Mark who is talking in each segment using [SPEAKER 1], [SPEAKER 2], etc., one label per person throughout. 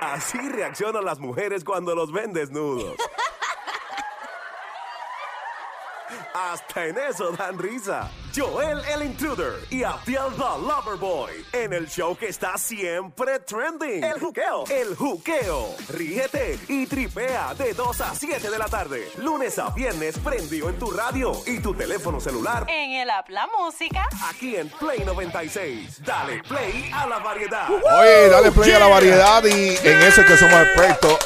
[SPEAKER 1] Así reaccionan las mujeres cuando los ven desnudos. Hasta en eso dan risa. Joel el Intruder y Abdiel the Loverboy en el show que está siempre trending. El juqueo. El juqueo. Ríete y tripea de 2 a 7 de la tarde. Lunes a viernes prendido en tu radio y tu teléfono celular
[SPEAKER 2] En el app La Música.
[SPEAKER 1] aquí en Play 96. Dale play a la variedad.
[SPEAKER 3] Oye, dale play a la variedad y en eso es que somos expertos.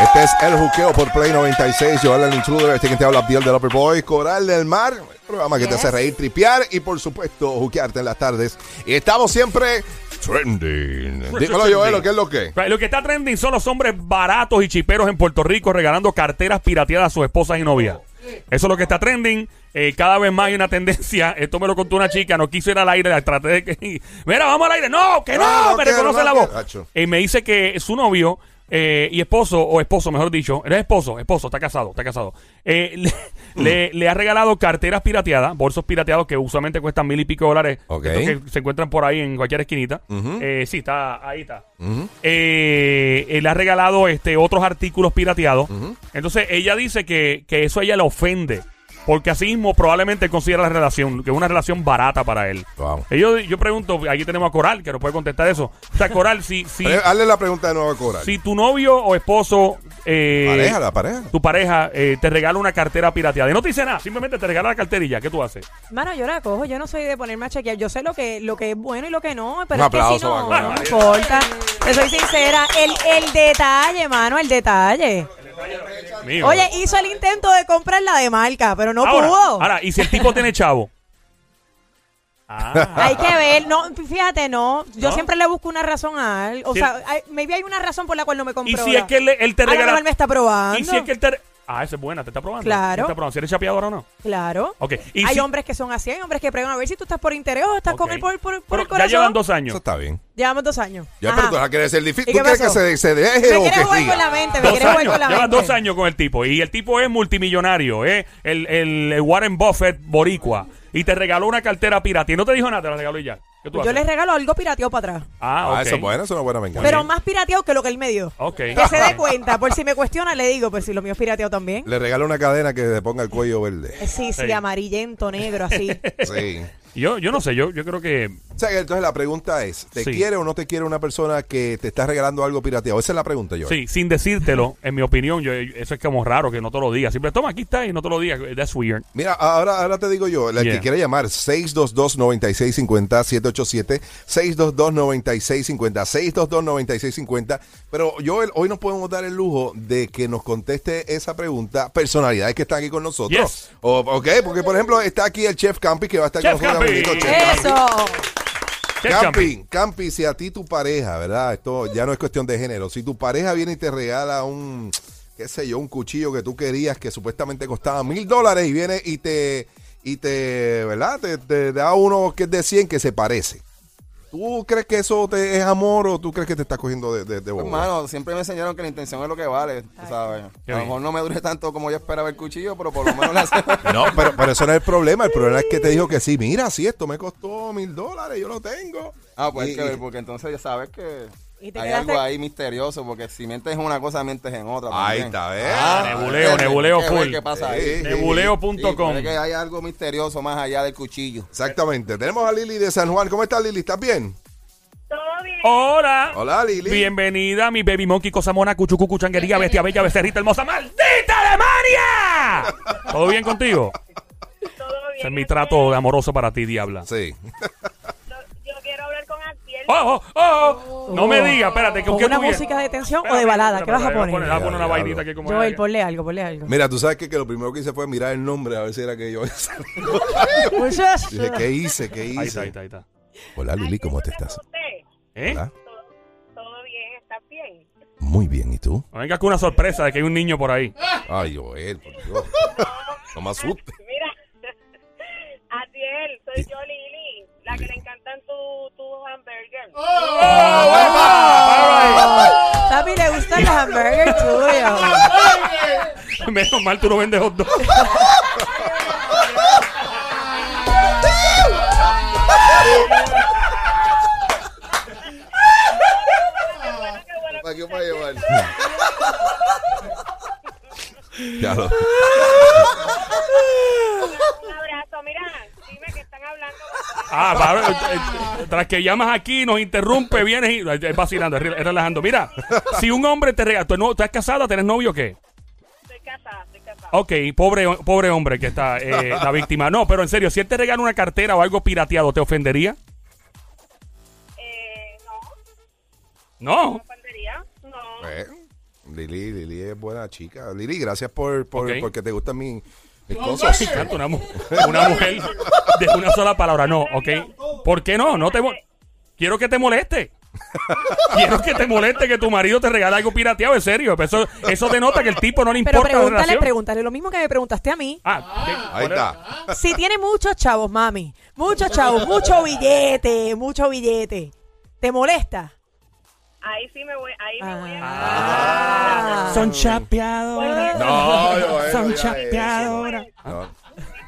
[SPEAKER 3] Este es el juqueo por Play 96. Joel el intruder, este que te habla Abdiel del Upper Boy, Coral del Mar. Programa que te hace reír, tripear y por supuesto juquearte en las tardes. Y estamos siempre trending. Dímelo, Joel, ¿qué es lo que?
[SPEAKER 4] Lo que está trending son los hombres baratos y chiperos en Puerto Rico regalando carteras pirateadas a sus esposas y novias. Eso es lo que está trending. Eh, cada vez más hay una tendencia. Esto me lo contó una chica. No quiso ir al aire. la Traté de que. Mira, vamos al aire. No, que no,
[SPEAKER 3] Ah,
[SPEAKER 4] me
[SPEAKER 3] ok,
[SPEAKER 4] reconoce
[SPEAKER 3] no,
[SPEAKER 4] la
[SPEAKER 3] ok.
[SPEAKER 4] voz.
[SPEAKER 3] Hacho.
[SPEAKER 4] Y me dice que su novio eh, y esposo, o esposo, mejor dicho, eres esposo, esposo, está casado, está casado. Eh, le, le- le ha regalado carteras pirateadas, bolsos pirateados que usualmente cuestan mil y pico de dólares.
[SPEAKER 3] Ok.
[SPEAKER 4] Estos que se encuentran por ahí en cualquier esquinita. Eh, sí, está, ahí está. Eh, él ha regalado este, otros artículos pirateados. Entonces ella dice que, que eso a ella le ofende. Porque así mismo probablemente considera la relación, que es una relación barata para él.
[SPEAKER 3] Wow.
[SPEAKER 4] Y Yo, yo pregunto, aquí tenemos a Coral, que nos puede contestar eso. O sea, Coral, si, si,
[SPEAKER 3] Dale- Eh, Hazle la pregunta de nuevo a Coral.
[SPEAKER 4] si tu novio o esposo, eh,
[SPEAKER 3] pareja, la pareja.
[SPEAKER 4] tu pareja, eh, te regala una cartera pirateada y no te dice nada, simplemente te regala la carterilla, ¿qué tú haces?
[SPEAKER 5] Mano, yo la cojo, yo no soy de ponerme a chequear. Yo sé lo que, lo que es bueno y lo que no, pero
[SPEAKER 3] Un
[SPEAKER 5] es que si
[SPEAKER 3] aplauso,
[SPEAKER 5] no,
[SPEAKER 3] Baco,
[SPEAKER 5] no importa. Te soy sincera, el, el detalle, mano, el detalle.
[SPEAKER 4] Mío.
[SPEAKER 5] Oye, hizo el intento de comprar la de marca, pero no
[SPEAKER 4] ahora,
[SPEAKER 5] pudo.
[SPEAKER 4] ahora, ¿y si el tipo tiene chavo? Ah,
[SPEAKER 5] Hay que ver, no, fíjate, no, yo
[SPEAKER 4] ¿No?
[SPEAKER 5] siempre le busco una razón a él, o
[SPEAKER 4] Sí.
[SPEAKER 5] sea, hay- maybe hay una razón por la cual no me compró.
[SPEAKER 4] y si es que él, él te
[SPEAKER 5] a lo
[SPEAKER 4] regala...
[SPEAKER 5] mejor me está probando.
[SPEAKER 4] Y si es que él te... Ah, esa es buena, te está probando.
[SPEAKER 5] Claro.
[SPEAKER 4] Te está probando. Si eres chapeador o no.
[SPEAKER 5] Claro.
[SPEAKER 4] Ok, y
[SPEAKER 5] Hay
[SPEAKER 4] si-
[SPEAKER 5] hombres que son así, hay hombres que preguntan a ver si tú estás por interés o estás con
[SPEAKER 4] Ok.
[SPEAKER 5] él por, por- por
[SPEAKER 4] Pero
[SPEAKER 5] el corazón.
[SPEAKER 4] Ya llevan dos
[SPEAKER 3] Eso
[SPEAKER 4] años.
[SPEAKER 3] está bien.
[SPEAKER 5] Llevamos dos años.
[SPEAKER 3] Ya,
[SPEAKER 5] Ajá.
[SPEAKER 3] pero tú vas a querer ser difícil.
[SPEAKER 5] ¿Y
[SPEAKER 3] ¿Tú
[SPEAKER 5] qué
[SPEAKER 3] crees que
[SPEAKER 5] pasó?
[SPEAKER 3] se, se deje
[SPEAKER 5] Me
[SPEAKER 3] o que
[SPEAKER 5] quieres jugar
[SPEAKER 3] siga?
[SPEAKER 5] con la mente, me
[SPEAKER 4] Dos
[SPEAKER 5] quieres jugar
[SPEAKER 4] años,
[SPEAKER 5] con la
[SPEAKER 4] llevas
[SPEAKER 5] mente.
[SPEAKER 4] dos años con el tipo y el tipo es multimillonario, ¿eh? el, el, el Warren Buffett boricua y te regaló una cartera pirata y no te dijo nada, te la regaló y ya. ¿Qué tú
[SPEAKER 5] Yo
[SPEAKER 4] haces?
[SPEAKER 5] les regalo algo pirateado para atrás.
[SPEAKER 4] Ah,
[SPEAKER 3] Ah,
[SPEAKER 4] ok.
[SPEAKER 3] eso es bueno, eso es una buena venganza.
[SPEAKER 5] Pero más pirateado que lo que él me dio.
[SPEAKER 4] Ok.
[SPEAKER 5] Que se dé cuenta, por si me cuestiona, le digo, pero si lo mío es pirateado también.
[SPEAKER 3] Le regalo una cadena que le ponga el cuello verde.
[SPEAKER 5] Eh, Sí, sí,
[SPEAKER 4] Sí.
[SPEAKER 5] amarillento, negro, así.
[SPEAKER 3] Sí.
[SPEAKER 4] Yo, yo no sé, yo, yo creo que
[SPEAKER 3] O sea, que entonces la pregunta es, ¿te
[SPEAKER 4] Sí.
[SPEAKER 3] quiere o no te quiere una persona que te está regalando algo pirateado? Esa es la pregunta, yo.
[SPEAKER 4] sí, sin decírtelo, en mi opinión, yo, eso es como raro que no te lo diga. Siempre toma, aquí está y no te lo diga. That's weird.
[SPEAKER 3] Mira, ahora, ahora te digo yo, la que
[SPEAKER 4] Yeah.
[SPEAKER 3] quiere llamar, 622-9650-787, 622-9650, 622-9650. Pero yo hoy nos podemos dar el lujo de que nos conteste esa pregunta personalidades que están aquí con nosotros.
[SPEAKER 4] Yes.
[SPEAKER 3] O- ok, porque por ejemplo está aquí el Chef Campi que va a estar
[SPEAKER 4] Chef
[SPEAKER 3] con nosotros.
[SPEAKER 4] Campi.
[SPEAKER 3] Bendito Chef Campi.
[SPEAKER 5] Eso.
[SPEAKER 4] Check,
[SPEAKER 3] Campi, Campi, si a ti tu pareja, ¿verdad? Esto ya no es cuestión de género. Si tu pareja viene y te regala un, qué sé yo, un cuchillo que tú querías que supuestamente costaba mil dólares y viene y te, y te, ¿verdad? Te, te da uno que es de 100 que se parece. ¿Tú crees que eso te es amor o tú crees que te estás cogiendo de, de, de bobo?
[SPEAKER 6] Hermano, Pues siempre me enseñaron que la intención es lo que vale, tú sabes.
[SPEAKER 4] Qué
[SPEAKER 6] a
[SPEAKER 4] bien.
[SPEAKER 6] lo mejor no me dure tanto como yo esperaba el cuchillo, pero por lo menos la
[SPEAKER 3] No, pero, pero eso no es el problema. El problema es que te dijo que sí, mira, si esto me costó mil dólares, yo lo tengo.
[SPEAKER 6] Ah, pues
[SPEAKER 3] Y-
[SPEAKER 6] hay que ver, porque entonces ya sabes que
[SPEAKER 5] Y te
[SPEAKER 6] hay
[SPEAKER 5] quedaste-
[SPEAKER 6] algo ahí misterioso, porque si mientes en una cosa, mientes en otra.
[SPEAKER 3] Ahí
[SPEAKER 6] también.
[SPEAKER 3] está, ¿ves?
[SPEAKER 6] Ah,
[SPEAKER 4] nebuleo,
[SPEAKER 6] ¿entiendes?
[SPEAKER 4] nebuleo
[SPEAKER 6] Hay que ver
[SPEAKER 4] full.
[SPEAKER 6] ¿Qué pasa
[SPEAKER 3] Sí, sí,
[SPEAKER 6] ahí?
[SPEAKER 3] sí.
[SPEAKER 6] Sí,
[SPEAKER 4] Nebuleo.com.
[SPEAKER 6] puede que hay algo misterioso más allá del cuchillo.
[SPEAKER 3] Exactamente. Tenemos a Lili de San Juan. ¿Cómo estás, Lili? ¿Estás bien?
[SPEAKER 4] Hola.
[SPEAKER 3] Hola, Lili.
[SPEAKER 4] Bienvenida, mi baby monkey, cosa mona, cuchucu, cuchanguería, bestia bella, becerrita hermosa, maldita Alemania. ¿Todo bien contigo?
[SPEAKER 7] Todo bien.
[SPEAKER 4] Ese es mi trato de amoroso para ti, diabla.
[SPEAKER 3] Sí.
[SPEAKER 7] Yo- Yo quiero hablar con Atiel.
[SPEAKER 4] ¡Oh, oh, oh! No me digas, espérate. que
[SPEAKER 5] ¿Con
[SPEAKER 4] aunque
[SPEAKER 5] una
[SPEAKER 4] tú vienes-
[SPEAKER 5] música de tensión
[SPEAKER 4] Espérate,
[SPEAKER 5] o de balada? ¿Qué
[SPEAKER 4] espérate,
[SPEAKER 5] vas a
[SPEAKER 4] espérate,
[SPEAKER 5] poner?
[SPEAKER 4] Voy a poner una
[SPEAKER 3] Diablo.
[SPEAKER 4] vainita aquí como...
[SPEAKER 5] Joel, ponle algo, ponle algo.
[SPEAKER 3] Mira, tú sabes que, que lo primero que hice fue mirar el nombre a ver si era que yo.
[SPEAKER 5] Muchachos.
[SPEAKER 3] Dije, ¿qué hice? ¿Qué hice?
[SPEAKER 4] Ahí está, ahí está, ahí está.
[SPEAKER 3] Hola, Lili, ¿cómo te
[SPEAKER 7] Ayúdame
[SPEAKER 3] estás?
[SPEAKER 7] usted.
[SPEAKER 4] ¿Eh?
[SPEAKER 3] Hola.
[SPEAKER 7] Todo, todo bien, ¿estás bien?
[SPEAKER 3] Muy bien, ¿y tú?
[SPEAKER 4] No vengas con una sorpresa de que hay un niño por ahí.
[SPEAKER 3] Ay, Joel, por Dios. No me asustes.
[SPEAKER 7] Mira, Atiel, soy yo Lili, la que le encantan tus tu hamburgers.
[SPEAKER 5] Oh. Papi, le gustan los hamburgers tuyos.
[SPEAKER 4] Menos mal tú no vendes hot dog.
[SPEAKER 7] Qué bueno que
[SPEAKER 8] aquí para llevar.
[SPEAKER 3] Ya lo-
[SPEAKER 7] Un abrazo, mira, dime que están hablando.
[SPEAKER 4] Ah, Pablo, eh, eh, tras que llamas aquí, nos interrumpe, vienes y eh, es vacilando, es re- es relajando. Mira, si un hombre te regala, ¿tú, no, ¿tú estás casada, tenés novio o qué?
[SPEAKER 7] Estoy casada, estoy casada.
[SPEAKER 4] Ok, pobre, pobre hombre que está eh, la víctima. No, pero en serio, si él te regala una cartera o algo pirateado, ¿te ofendería?
[SPEAKER 7] Eh, no,
[SPEAKER 4] No.
[SPEAKER 7] no pandería, no.
[SPEAKER 3] Eh, Lili, Lili es buena chica. Lili, gracias por, por
[SPEAKER 4] Ok.
[SPEAKER 3] porque te gustan mis, mis
[SPEAKER 4] Sí,
[SPEAKER 3] cosas.
[SPEAKER 4] canto, una, mu- una mujer de una sola palabra, no, ok. ¿Por qué no? No te mo- Quiero que te moleste. Quiero que te moleste que tu marido te regale algo pirateado, en serio. Eso, eso denota que el tipo no le importa
[SPEAKER 5] Pero
[SPEAKER 4] la
[SPEAKER 5] pregúntale,
[SPEAKER 4] relación.
[SPEAKER 5] pregúntale lo mismo que me preguntaste a mí.
[SPEAKER 4] Ah, ¿qué?
[SPEAKER 3] Ahí está.
[SPEAKER 5] Si tiene muchos chavos, mami. Muchos chavos, mucho billete, mucho billete. ¿Te molesta?
[SPEAKER 7] Ahí sí me voy, ahí me voy a...
[SPEAKER 5] Ah.
[SPEAKER 4] Son chapeados.
[SPEAKER 3] No, yo, eh,
[SPEAKER 4] Son
[SPEAKER 3] no, ya, eh,
[SPEAKER 4] chapeadoras.
[SPEAKER 3] no.
[SPEAKER 7] Si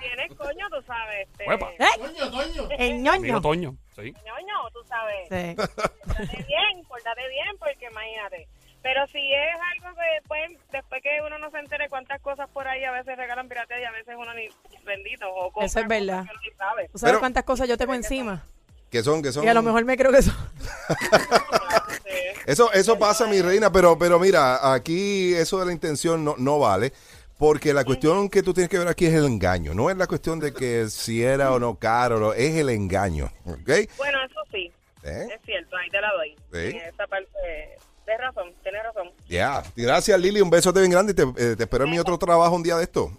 [SPEAKER 7] tienes coño, tú sabes, este...
[SPEAKER 4] Uepa.
[SPEAKER 5] ¿Eh?
[SPEAKER 8] Toño, Toño.
[SPEAKER 5] El
[SPEAKER 4] Amigo
[SPEAKER 5] ñoño.
[SPEAKER 4] Toño. Sí.
[SPEAKER 7] Ñoño, tú sabes.
[SPEAKER 5] Sí.
[SPEAKER 7] Pórtate bien, pórtate bien, porque imagínate. Pero si es algo que después, después que uno no se entere cuántas cosas por ahí a veces regalan piratería y a veces uno ni bendito o compra
[SPEAKER 5] Eso es verdad.
[SPEAKER 7] cosas que uno ni sabe.
[SPEAKER 5] ¿Tú sabes
[SPEAKER 3] Pero-
[SPEAKER 5] cuántas cosas yo tengo encima?
[SPEAKER 3] ¿Qué son? ¿Qué son?
[SPEAKER 5] Y a lo mejor me creo que son...
[SPEAKER 7] Sí.
[SPEAKER 3] Eso, eso pasa, mi reina, pero, pero mira, aquí eso de la intención no, no vale. Porque la cuestión que tú tienes que ver aquí es el engaño. No es la cuestión de que si era o no caro, no, es el engaño. ¿Ok?
[SPEAKER 7] Bueno, eso sí,
[SPEAKER 3] ¿Eh?
[SPEAKER 7] es cierto, ahí te la doy.
[SPEAKER 3] Sí.
[SPEAKER 7] En esa parte, eh, tienes razón, tienes razón.
[SPEAKER 3] Ya. Gracias, Lili. Un besote bien grande y te, eh, te espero en mi otro trabajo un día de esto.
[SPEAKER 7] Un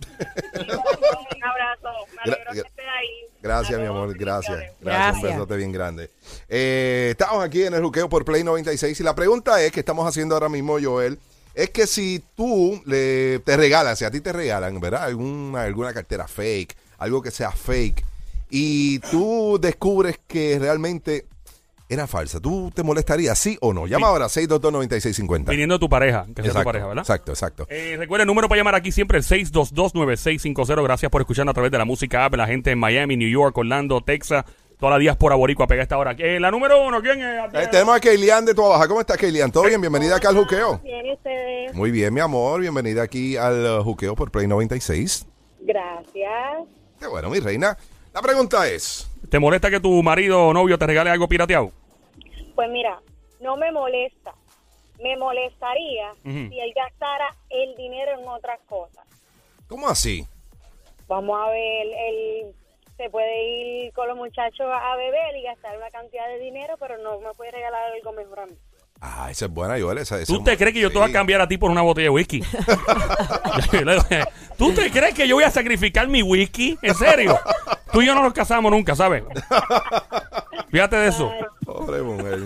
[SPEAKER 7] abrazo, me
[SPEAKER 3] Gra-
[SPEAKER 7] alegro que
[SPEAKER 3] gra-
[SPEAKER 7] estés ahí.
[SPEAKER 3] Gracias, mi
[SPEAKER 7] Saludos,
[SPEAKER 3] amor. Gracias.
[SPEAKER 7] bendiciones.
[SPEAKER 3] Gracias. Un
[SPEAKER 5] Gracias.
[SPEAKER 3] besote bien grande. Eh, estamos aquí en el juqueo por Play 96 y la pregunta es que estamos haciendo ahora mismo, Joel, es que si tú le, te regalas, si a ti te regalan, ¿verdad? Alguna, alguna cartera fake, algo que sea fake, y tú descubres que realmente era falsa, ¿tú te molestarías, sí o no? Llama ahora 622-9650.
[SPEAKER 4] Viniendo de tu pareja, que sea tu
[SPEAKER 3] Exacto,
[SPEAKER 4] pareja, ¿verdad?
[SPEAKER 3] exacto, exacto.
[SPEAKER 4] Eh, recuerda el número para llamar aquí siempre el 622-9650. Gracias por escucharnos a través de la música app. La gente en Miami, New York, Orlando, Texas, toda la diáspora boricua pega esta hora. Eh, la número uno, ¿quién es?
[SPEAKER 3] Eh, tenemos a Keilian de tu abajo. ¿Cómo estás, Keilian?
[SPEAKER 4] eh,
[SPEAKER 3] ¿Todo bien? Bienvenida acá al juqueo.
[SPEAKER 7] Bien, ustedes.
[SPEAKER 3] Muy bien, mi amor, bienvenida aquí al uh, juqueo por Play 96.
[SPEAKER 7] Gracias.
[SPEAKER 3] Qué bueno, mi reina. La pregunta es,
[SPEAKER 4] ¿Te molesta que tu marido o novio te regale algo pirateado?
[SPEAKER 7] Pues mira, no me molesta. Me molestaría
[SPEAKER 4] Ujú.
[SPEAKER 7] si él gastara el dinero en otras cosas.
[SPEAKER 3] ¿cómo así?
[SPEAKER 7] Vamos a ver, él se puede ir con los muchachos a beber y gastar una cantidad de dinero, pero no me puede regalar algo mejor a mí.
[SPEAKER 3] Ah, esa es buena, Joel. Esa, esa
[SPEAKER 4] ¿Tú te crees que yo te voy a
[SPEAKER 3] Sí.
[SPEAKER 4] cambiar a ti por una botella de whisky? ¿Tú te crees que yo voy a sacrificar mi whisky? ¿En serio? Tú y yo no nos casamos nunca, ¿sabes? Fíjate de eso.
[SPEAKER 3] Pobre mujer.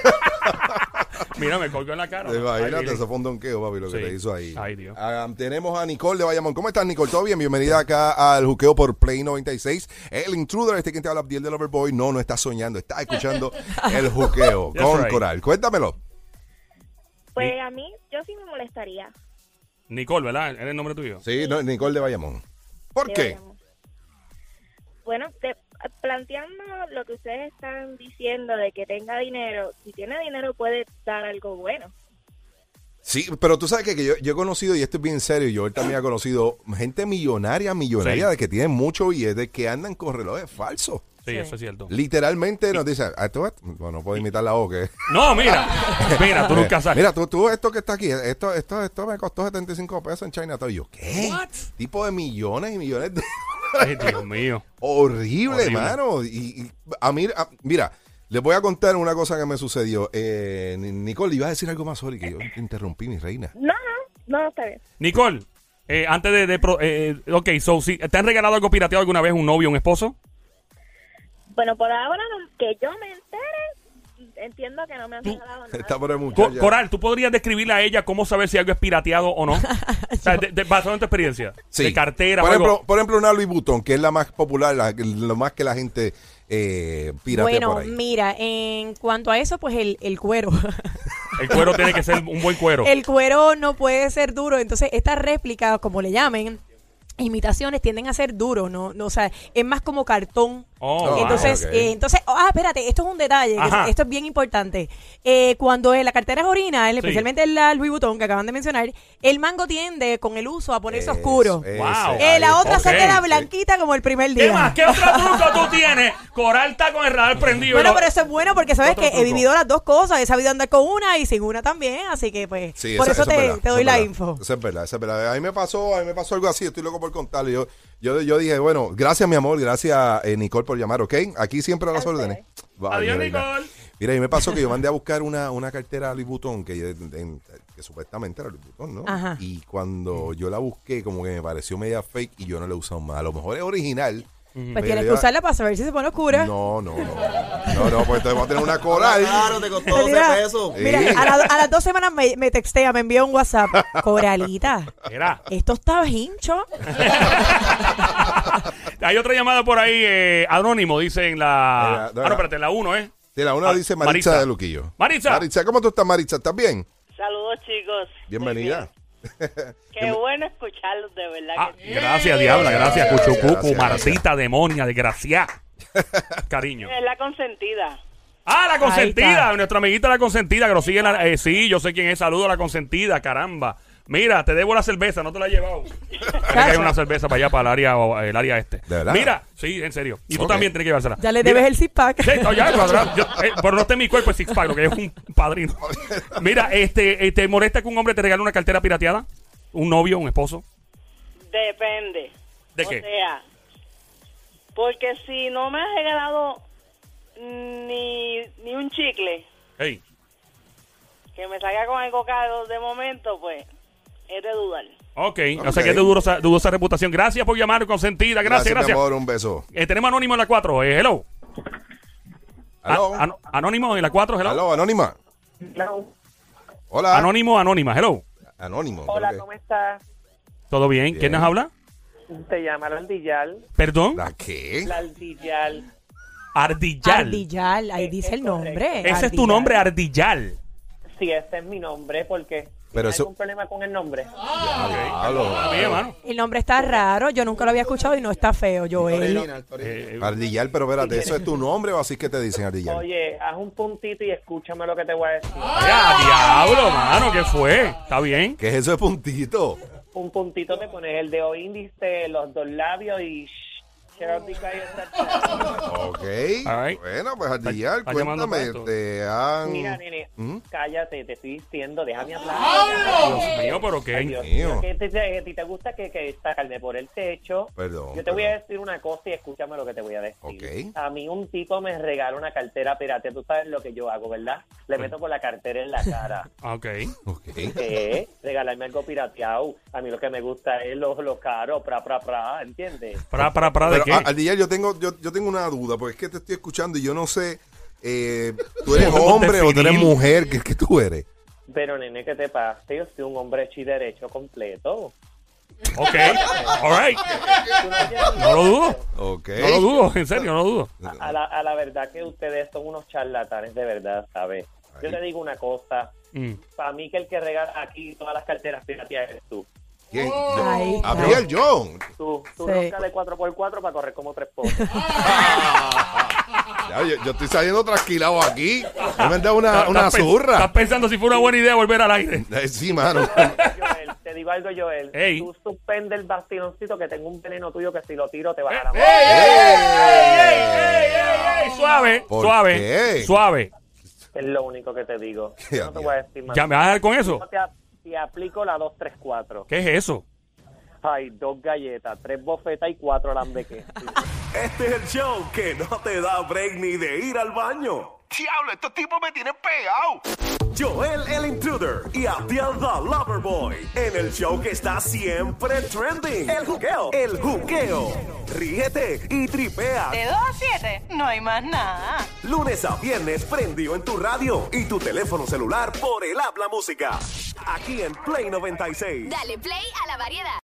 [SPEAKER 4] Mira, me colgó en la cara. Ay,
[SPEAKER 3] Imagínate,
[SPEAKER 4] mire.
[SPEAKER 3] eso fue un donqueo, papi, lo que
[SPEAKER 4] Sí.
[SPEAKER 3] te hizo ahí.
[SPEAKER 4] Ay, Dios.
[SPEAKER 3] Ah, tenemos a Nicole de Bayamón. ¿Cómo estás, Nicole? ¿Todo bien? Bienvenida acá al juqueo por Play 96. El intruder, este quien te habla, Abdiel del Overboy. No, no está soñando, está escuchando el juqueo
[SPEAKER 4] That's
[SPEAKER 3] con
[SPEAKER 4] right.
[SPEAKER 3] Coral. Cuéntamelo.
[SPEAKER 9] Pues a mí, yo sí me molestaría.
[SPEAKER 4] Nicole, ¿verdad? ¿Era el nombre tuyo?
[SPEAKER 3] Sí, no, Nicole de Bayamón. ¿Por
[SPEAKER 9] que
[SPEAKER 3] qué?
[SPEAKER 9] vayamos. Bueno, te- planteando lo que ustedes están diciendo de que tenga dinero, si tiene dinero puede dar algo bueno.
[SPEAKER 3] Sí, pero tú sabes que, que yo, yo he conocido, y esto es bien serio, y yo también he conocido gente millonaria, millonaria,
[SPEAKER 4] Sí.
[SPEAKER 3] de que tienen mucho billete, que andan con relojes falsos.
[SPEAKER 4] Sí, eso es cierto.
[SPEAKER 3] Literalmente nos dicen, "Ah, tú, bueno, no puedo imitar la O, que...
[SPEAKER 4] No, mira. Mira, tú nunca sabes.
[SPEAKER 3] Mira, tú, tú, esto que está aquí, esto, esto, esto me costó 75 pesos en China. Y yo, ¿qué?
[SPEAKER 4] What?
[SPEAKER 3] Tipo de millones y millones de...
[SPEAKER 4] Ay, Dios mío.
[SPEAKER 3] Horrible,
[SPEAKER 4] Horrible.
[SPEAKER 3] mano. Y, y a mí, a- mira, les voy a contar una cosa que me sucedió. Eh, Nicole, ibas a decir algo más, sorry, que yo te interrumpí, mi reina.
[SPEAKER 9] No, no, no está bien.
[SPEAKER 4] Nicole, eh, antes de... de pro- eh, ok, so, si, ¿te han regalado algo pirateado alguna vez un novio, un esposo?
[SPEAKER 9] Bueno, por ahora, no- que yo me entere, entiendo que no me han regalado nada.
[SPEAKER 3] Está por el
[SPEAKER 4] Co-
[SPEAKER 3] muchacho.
[SPEAKER 4] Coral, ¿tú podrías describirle a ella cómo saber si algo es pirateado o no? o sea, de- de- basado en tu experiencia.
[SPEAKER 3] Sí.
[SPEAKER 4] De cartera
[SPEAKER 3] por
[SPEAKER 4] o algo.
[SPEAKER 3] ejemplo, por ejemplo, una Louis Vuitton, que es la más popular, la- lo más que la gente eh, piratea
[SPEAKER 5] Bueno,
[SPEAKER 3] por ahí.
[SPEAKER 5] mira, en cuanto a eso, pues el, el cuero.
[SPEAKER 4] El cuero tiene que ser un buen cuero.
[SPEAKER 5] el cuero no puede ser duro, entonces estas réplicas, como le llamen, imitaciones tienden a ser duros, ¿no? no o sea, es más como cartón.
[SPEAKER 4] Oh,
[SPEAKER 5] entonces,
[SPEAKER 3] wow, Ah, ok.
[SPEAKER 5] eh, entonces, oh, ah, espérate, esto es un detalle, que
[SPEAKER 4] Ajá.
[SPEAKER 5] esto es bien importante. Eh, cuando en la cartera es original, especialmente en la Louis Vuitton que acaban de mencionar, el mango tiende con el uso a ponerse oscuro.
[SPEAKER 3] Eso,
[SPEAKER 4] Wow.
[SPEAKER 3] eso,
[SPEAKER 5] Eh,
[SPEAKER 3] ahí
[SPEAKER 5] la otra
[SPEAKER 3] está.
[SPEAKER 5] se
[SPEAKER 4] Ok.
[SPEAKER 5] queda
[SPEAKER 3] Sí.
[SPEAKER 5] blanquita como el primer día.
[SPEAKER 4] ¿Qué más? ¿Qué otro truco tú tienes? Coral está con el radar prendido.
[SPEAKER 5] Bueno,
[SPEAKER 4] Y lo-
[SPEAKER 5] pero eso es bueno porque sabes
[SPEAKER 4] Otro
[SPEAKER 5] que he
[SPEAKER 4] truco.
[SPEAKER 5] vivido las dos cosas. He sabido andar con una y sin una también. Así que, pues,
[SPEAKER 3] Sí,
[SPEAKER 5] por
[SPEAKER 3] esa-
[SPEAKER 5] eso,
[SPEAKER 3] es
[SPEAKER 5] te,
[SPEAKER 3] verdad,
[SPEAKER 5] te
[SPEAKER 3] esa
[SPEAKER 5] doy
[SPEAKER 3] es
[SPEAKER 5] la
[SPEAKER 3] verdad.
[SPEAKER 5] info.
[SPEAKER 3] Eso es verdad, eso es verdad. A mí me pasó, a mí me pasó algo así, estoy loco por contarlo. Yo, yo, yo dije, bueno, gracias mi amor, gracias eh, Nicole por llamar, ¿ok? Aquí siempre a las órdenes. Vale,
[SPEAKER 4] Adiós,
[SPEAKER 3] de verdad.
[SPEAKER 4] Nicole.
[SPEAKER 3] Mira, a mí me pasó que yo mandé a buscar una, una cartera a Louis Vuitton, que, yo- en- que supuestamente era Louis Vuitton, ¿no?
[SPEAKER 5] Ajá.
[SPEAKER 3] Y cuando yo la busqué, como que me pareció media fake y yo no la he usado más. A lo mejor es original.
[SPEAKER 5] Pues
[SPEAKER 3] pero
[SPEAKER 5] tienes que
[SPEAKER 3] yo-
[SPEAKER 5] usarla para saber si se pone oscura.
[SPEAKER 3] No, no, no. No, no, pues entonces voy a tener una coral.
[SPEAKER 8] Claro, te costó
[SPEAKER 5] Te
[SPEAKER 8] 12
[SPEAKER 5] dirá-
[SPEAKER 8] pesos.
[SPEAKER 5] Mira,
[SPEAKER 3] Sí.
[SPEAKER 5] a, la- a las dos semanas me, me textea, me envía un WhatsApp. Coralita,
[SPEAKER 4] Mira.
[SPEAKER 5] esto está hincho.
[SPEAKER 4] Hay otra llamada por ahí, eh, anónimo, dice en la.
[SPEAKER 3] Mira, no,
[SPEAKER 4] ah, no,
[SPEAKER 3] no.
[SPEAKER 4] espérate, en la 1, ¿eh?
[SPEAKER 3] Sí, la una
[SPEAKER 4] Ah,
[SPEAKER 3] dice Maritza,
[SPEAKER 4] Maritza.
[SPEAKER 3] de Luquillo.
[SPEAKER 4] Maritza.
[SPEAKER 3] Maritza, ¿cómo tú estás, Maritza? ¿Estás bien?
[SPEAKER 7] Saludos, chicos.
[SPEAKER 3] Bienvenida.
[SPEAKER 7] Qué bueno escucharlos, de verdad.
[SPEAKER 4] Ah, gracias, diabla, gracias, Cuchucucu,
[SPEAKER 3] Gracias,
[SPEAKER 4] Marcita, demonia, desgraciada. Cariño.
[SPEAKER 7] Es la consentida.
[SPEAKER 4] Ah, la
[SPEAKER 5] Ahí
[SPEAKER 4] consentida,
[SPEAKER 5] está.
[SPEAKER 4] nuestra amiguita la consentida, que nos sigue en la- eh, sí, yo sé quién es, saludo a la consentida, caramba. Mira, te debo la cerveza, no te la he llevado. Tienes que hay una cerveza para allá, para el área, el área este.
[SPEAKER 3] ¿De verdad?
[SPEAKER 4] Mira, sí, en serio. Y tú
[SPEAKER 3] Ok.
[SPEAKER 4] también tienes que llevársela.
[SPEAKER 5] Ya le
[SPEAKER 4] Mira,
[SPEAKER 5] debes el zip pack.
[SPEAKER 4] Sí, no, ya, cuadra- yo- eh, pero no está en mi cuerpo el six pack, lo que es un padrino. Mira, este, eh, ¿te molesta que un hombre te regale una cartera pirateada? ¿Un novio, un esposo?
[SPEAKER 7] Depende.
[SPEAKER 4] ¿De
[SPEAKER 7] o
[SPEAKER 4] qué?
[SPEAKER 7] sea, porque si no me has regalado ni, ni un chicle
[SPEAKER 4] Hey.
[SPEAKER 7] que me salga con algo caro de momento, pues es de dudar.
[SPEAKER 4] Ok, o
[SPEAKER 3] Ok.
[SPEAKER 4] sea que es de dudosa, dudosa reputación. Gracias por llamar, consentida, gracias,
[SPEAKER 3] mi
[SPEAKER 4] gracias.
[SPEAKER 3] amor, un beso.
[SPEAKER 4] Eh, tenemos Anónimo en la 4, eh, hello. A-
[SPEAKER 3] Aló.
[SPEAKER 4] ano- anónimo en la 4, hello.
[SPEAKER 3] Aló, anónima. Hola.
[SPEAKER 4] Anónimo, anónima, hello.
[SPEAKER 3] Anónimo.
[SPEAKER 7] Hola,
[SPEAKER 3] creo
[SPEAKER 7] ¿cómo estás?
[SPEAKER 4] ¿Todo bien?
[SPEAKER 3] Bien.
[SPEAKER 4] ¿Quién nos habla?
[SPEAKER 7] Te llama la Aldillal.
[SPEAKER 3] que-
[SPEAKER 4] Perdón.
[SPEAKER 3] ¿La qué?
[SPEAKER 7] La Aldillal.
[SPEAKER 4] Ardillal.
[SPEAKER 5] Ardillal, ahí dice el nombre.
[SPEAKER 4] Ese es tu
[SPEAKER 5] Ardillal.
[SPEAKER 4] nombre, Ardillal.
[SPEAKER 7] Sí, ese es mi nombre, porque
[SPEAKER 3] Pero
[SPEAKER 7] hay
[SPEAKER 3] eso-
[SPEAKER 7] algún problema con el nombre.
[SPEAKER 4] Ah, bien, hermano.
[SPEAKER 5] El nombre está raro, yo nunca lo había escuchado y no está feo, Joel.
[SPEAKER 6] Original, original.
[SPEAKER 4] Eh,
[SPEAKER 3] Ardillal, pero espérate, ¿eso es tu nombre o así que te dicen Ardillal?
[SPEAKER 7] Oye, haz un puntito y escúchame lo que te voy a decir.
[SPEAKER 3] Ah.
[SPEAKER 4] ya, diablo, mano, ¿qué fue? ¿Está bien?
[SPEAKER 3] ¿Qué es eso de puntito?
[SPEAKER 7] Un puntito te pones el dedo índice, los dos labios y... shh, Gerard Dick ahí está.
[SPEAKER 3] Ok.
[SPEAKER 4] All right.
[SPEAKER 3] Bueno, pues Ardillal,
[SPEAKER 4] Está- está llamando para
[SPEAKER 3] cuéntame.
[SPEAKER 4] esto.
[SPEAKER 3] Te han...
[SPEAKER 7] Mira, nene,
[SPEAKER 3] ¿Mm?
[SPEAKER 7] cállate, te estoy diciendo, déjame hablar.
[SPEAKER 4] Dios mío, pero qué.
[SPEAKER 7] Ay, Dios
[SPEAKER 3] mío.
[SPEAKER 7] mío, que te, te- te- te gusta que, que sacarme por el techo.
[SPEAKER 3] Perdón,
[SPEAKER 7] Yo te voy a
[SPEAKER 3] perdón.
[SPEAKER 7] decir una cosa y escúchame lo que te voy a decir.
[SPEAKER 3] Ok.
[SPEAKER 7] A mí un tipo me regala una cartera pirata, tú sabes lo que yo hago, ¿verdad? Le meto con la cartera en la cara.
[SPEAKER 4] Ah, Ok.
[SPEAKER 3] Ok.
[SPEAKER 7] ¿Qué? Regalarme algo pirateado. A mí lo que me gusta es lo, lo caro, pra, pra, pra, ¿entiendes?
[SPEAKER 4] Pra, pra, pra, ¿de
[SPEAKER 3] Pero,
[SPEAKER 4] qué?
[SPEAKER 3] a- Ardillal, yo tengo, yo, yo tengo una duda, porque es que te estoy escuchando y yo no sé... eh, ¿Tú eres
[SPEAKER 4] ¿Podemos
[SPEAKER 3] hombre o tú eres
[SPEAKER 4] definir?
[SPEAKER 3] mujer? ¿Qué, qué tú eres?
[SPEAKER 7] Pero, nene, ¿qué te pasa? Yo soy un hombre hecho y derecho completo.
[SPEAKER 4] Ok. All right. No lo dudo.
[SPEAKER 3] Ok.
[SPEAKER 4] No lo dudo, en serio, no lo dudo.
[SPEAKER 7] A, a la, a la verdad que ustedes son unos charlatanes de verdad, ¿sabes? Yo te digo una cosa.
[SPEAKER 4] Mm.
[SPEAKER 7] Para mí que el que regala aquí todas las carteras pirateadas eres tú.
[SPEAKER 3] ¿Quién?
[SPEAKER 5] Ahí está.
[SPEAKER 3] Abriel John.
[SPEAKER 7] Tú, tú
[SPEAKER 5] Sí.
[SPEAKER 7] roncas de 4x4 para correr como tres pozos.
[SPEAKER 3] Ya, yo, yo estoy saliendo tranquilado aquí. No me han dado una, una
[SPEAKER 4] Estás pe- Estás
[SPEAKER 3] zurra.
[SPEAKER 4] pensando si fue una buena idea volver al aire.
[SPEAKER 3] Eh, Sí, mano.
[SPEAKER 7] Joel, te digo algo, Joel.
[SPEAKER 4] Ey.
[SPEAKER 7] Tú suspende el bastidoncito que tengo un veneno tuyo que si lo tiro te vas a la
[SPEAKER 4] ¡Ey, ey, ey,
[SPEAKER 7] mano.
[SPEAKER 4] ey, ey, ey! Suave,
[SPEAKER 3] ¿Por
[SPEAKER 4] suave,
[SPEAKER 3] qué?
[SPEAKER 4] suave.
[SPEAKER 7] Es lo único que te digo.
[SPEAKER 3] Qué
[SPEAKER 7] No te voy a decir más.
[SPEAKER 4] ¿Ya me vas a dejar con eso?
[SPEAKER 7] Yo te, a- te aplico la 234.
[SPEAKER 4] ¿Qué es eso?
[SPEAKER 7] Ay, dos galletas, tres bofetas y cuatro lambeques.
[SPEAKER 1] Este es el show que no te da break ni de ir al baño. Diablo, estos tipos me tienen pegado. Joel el Intruder y Abdiel the Loverboy en el show que está siempre trending. El juqueo. El juqueo. Ríete y tripea.
[SPEAKER 2] De 2 a 7, no hay más nada.
[SPEAKER 1] Lunes a viernes prendido en tu radio y tu teléfono celular por el habla música. Aquí en Play 96.
[SPEAKER 10] Dale play a la variedad.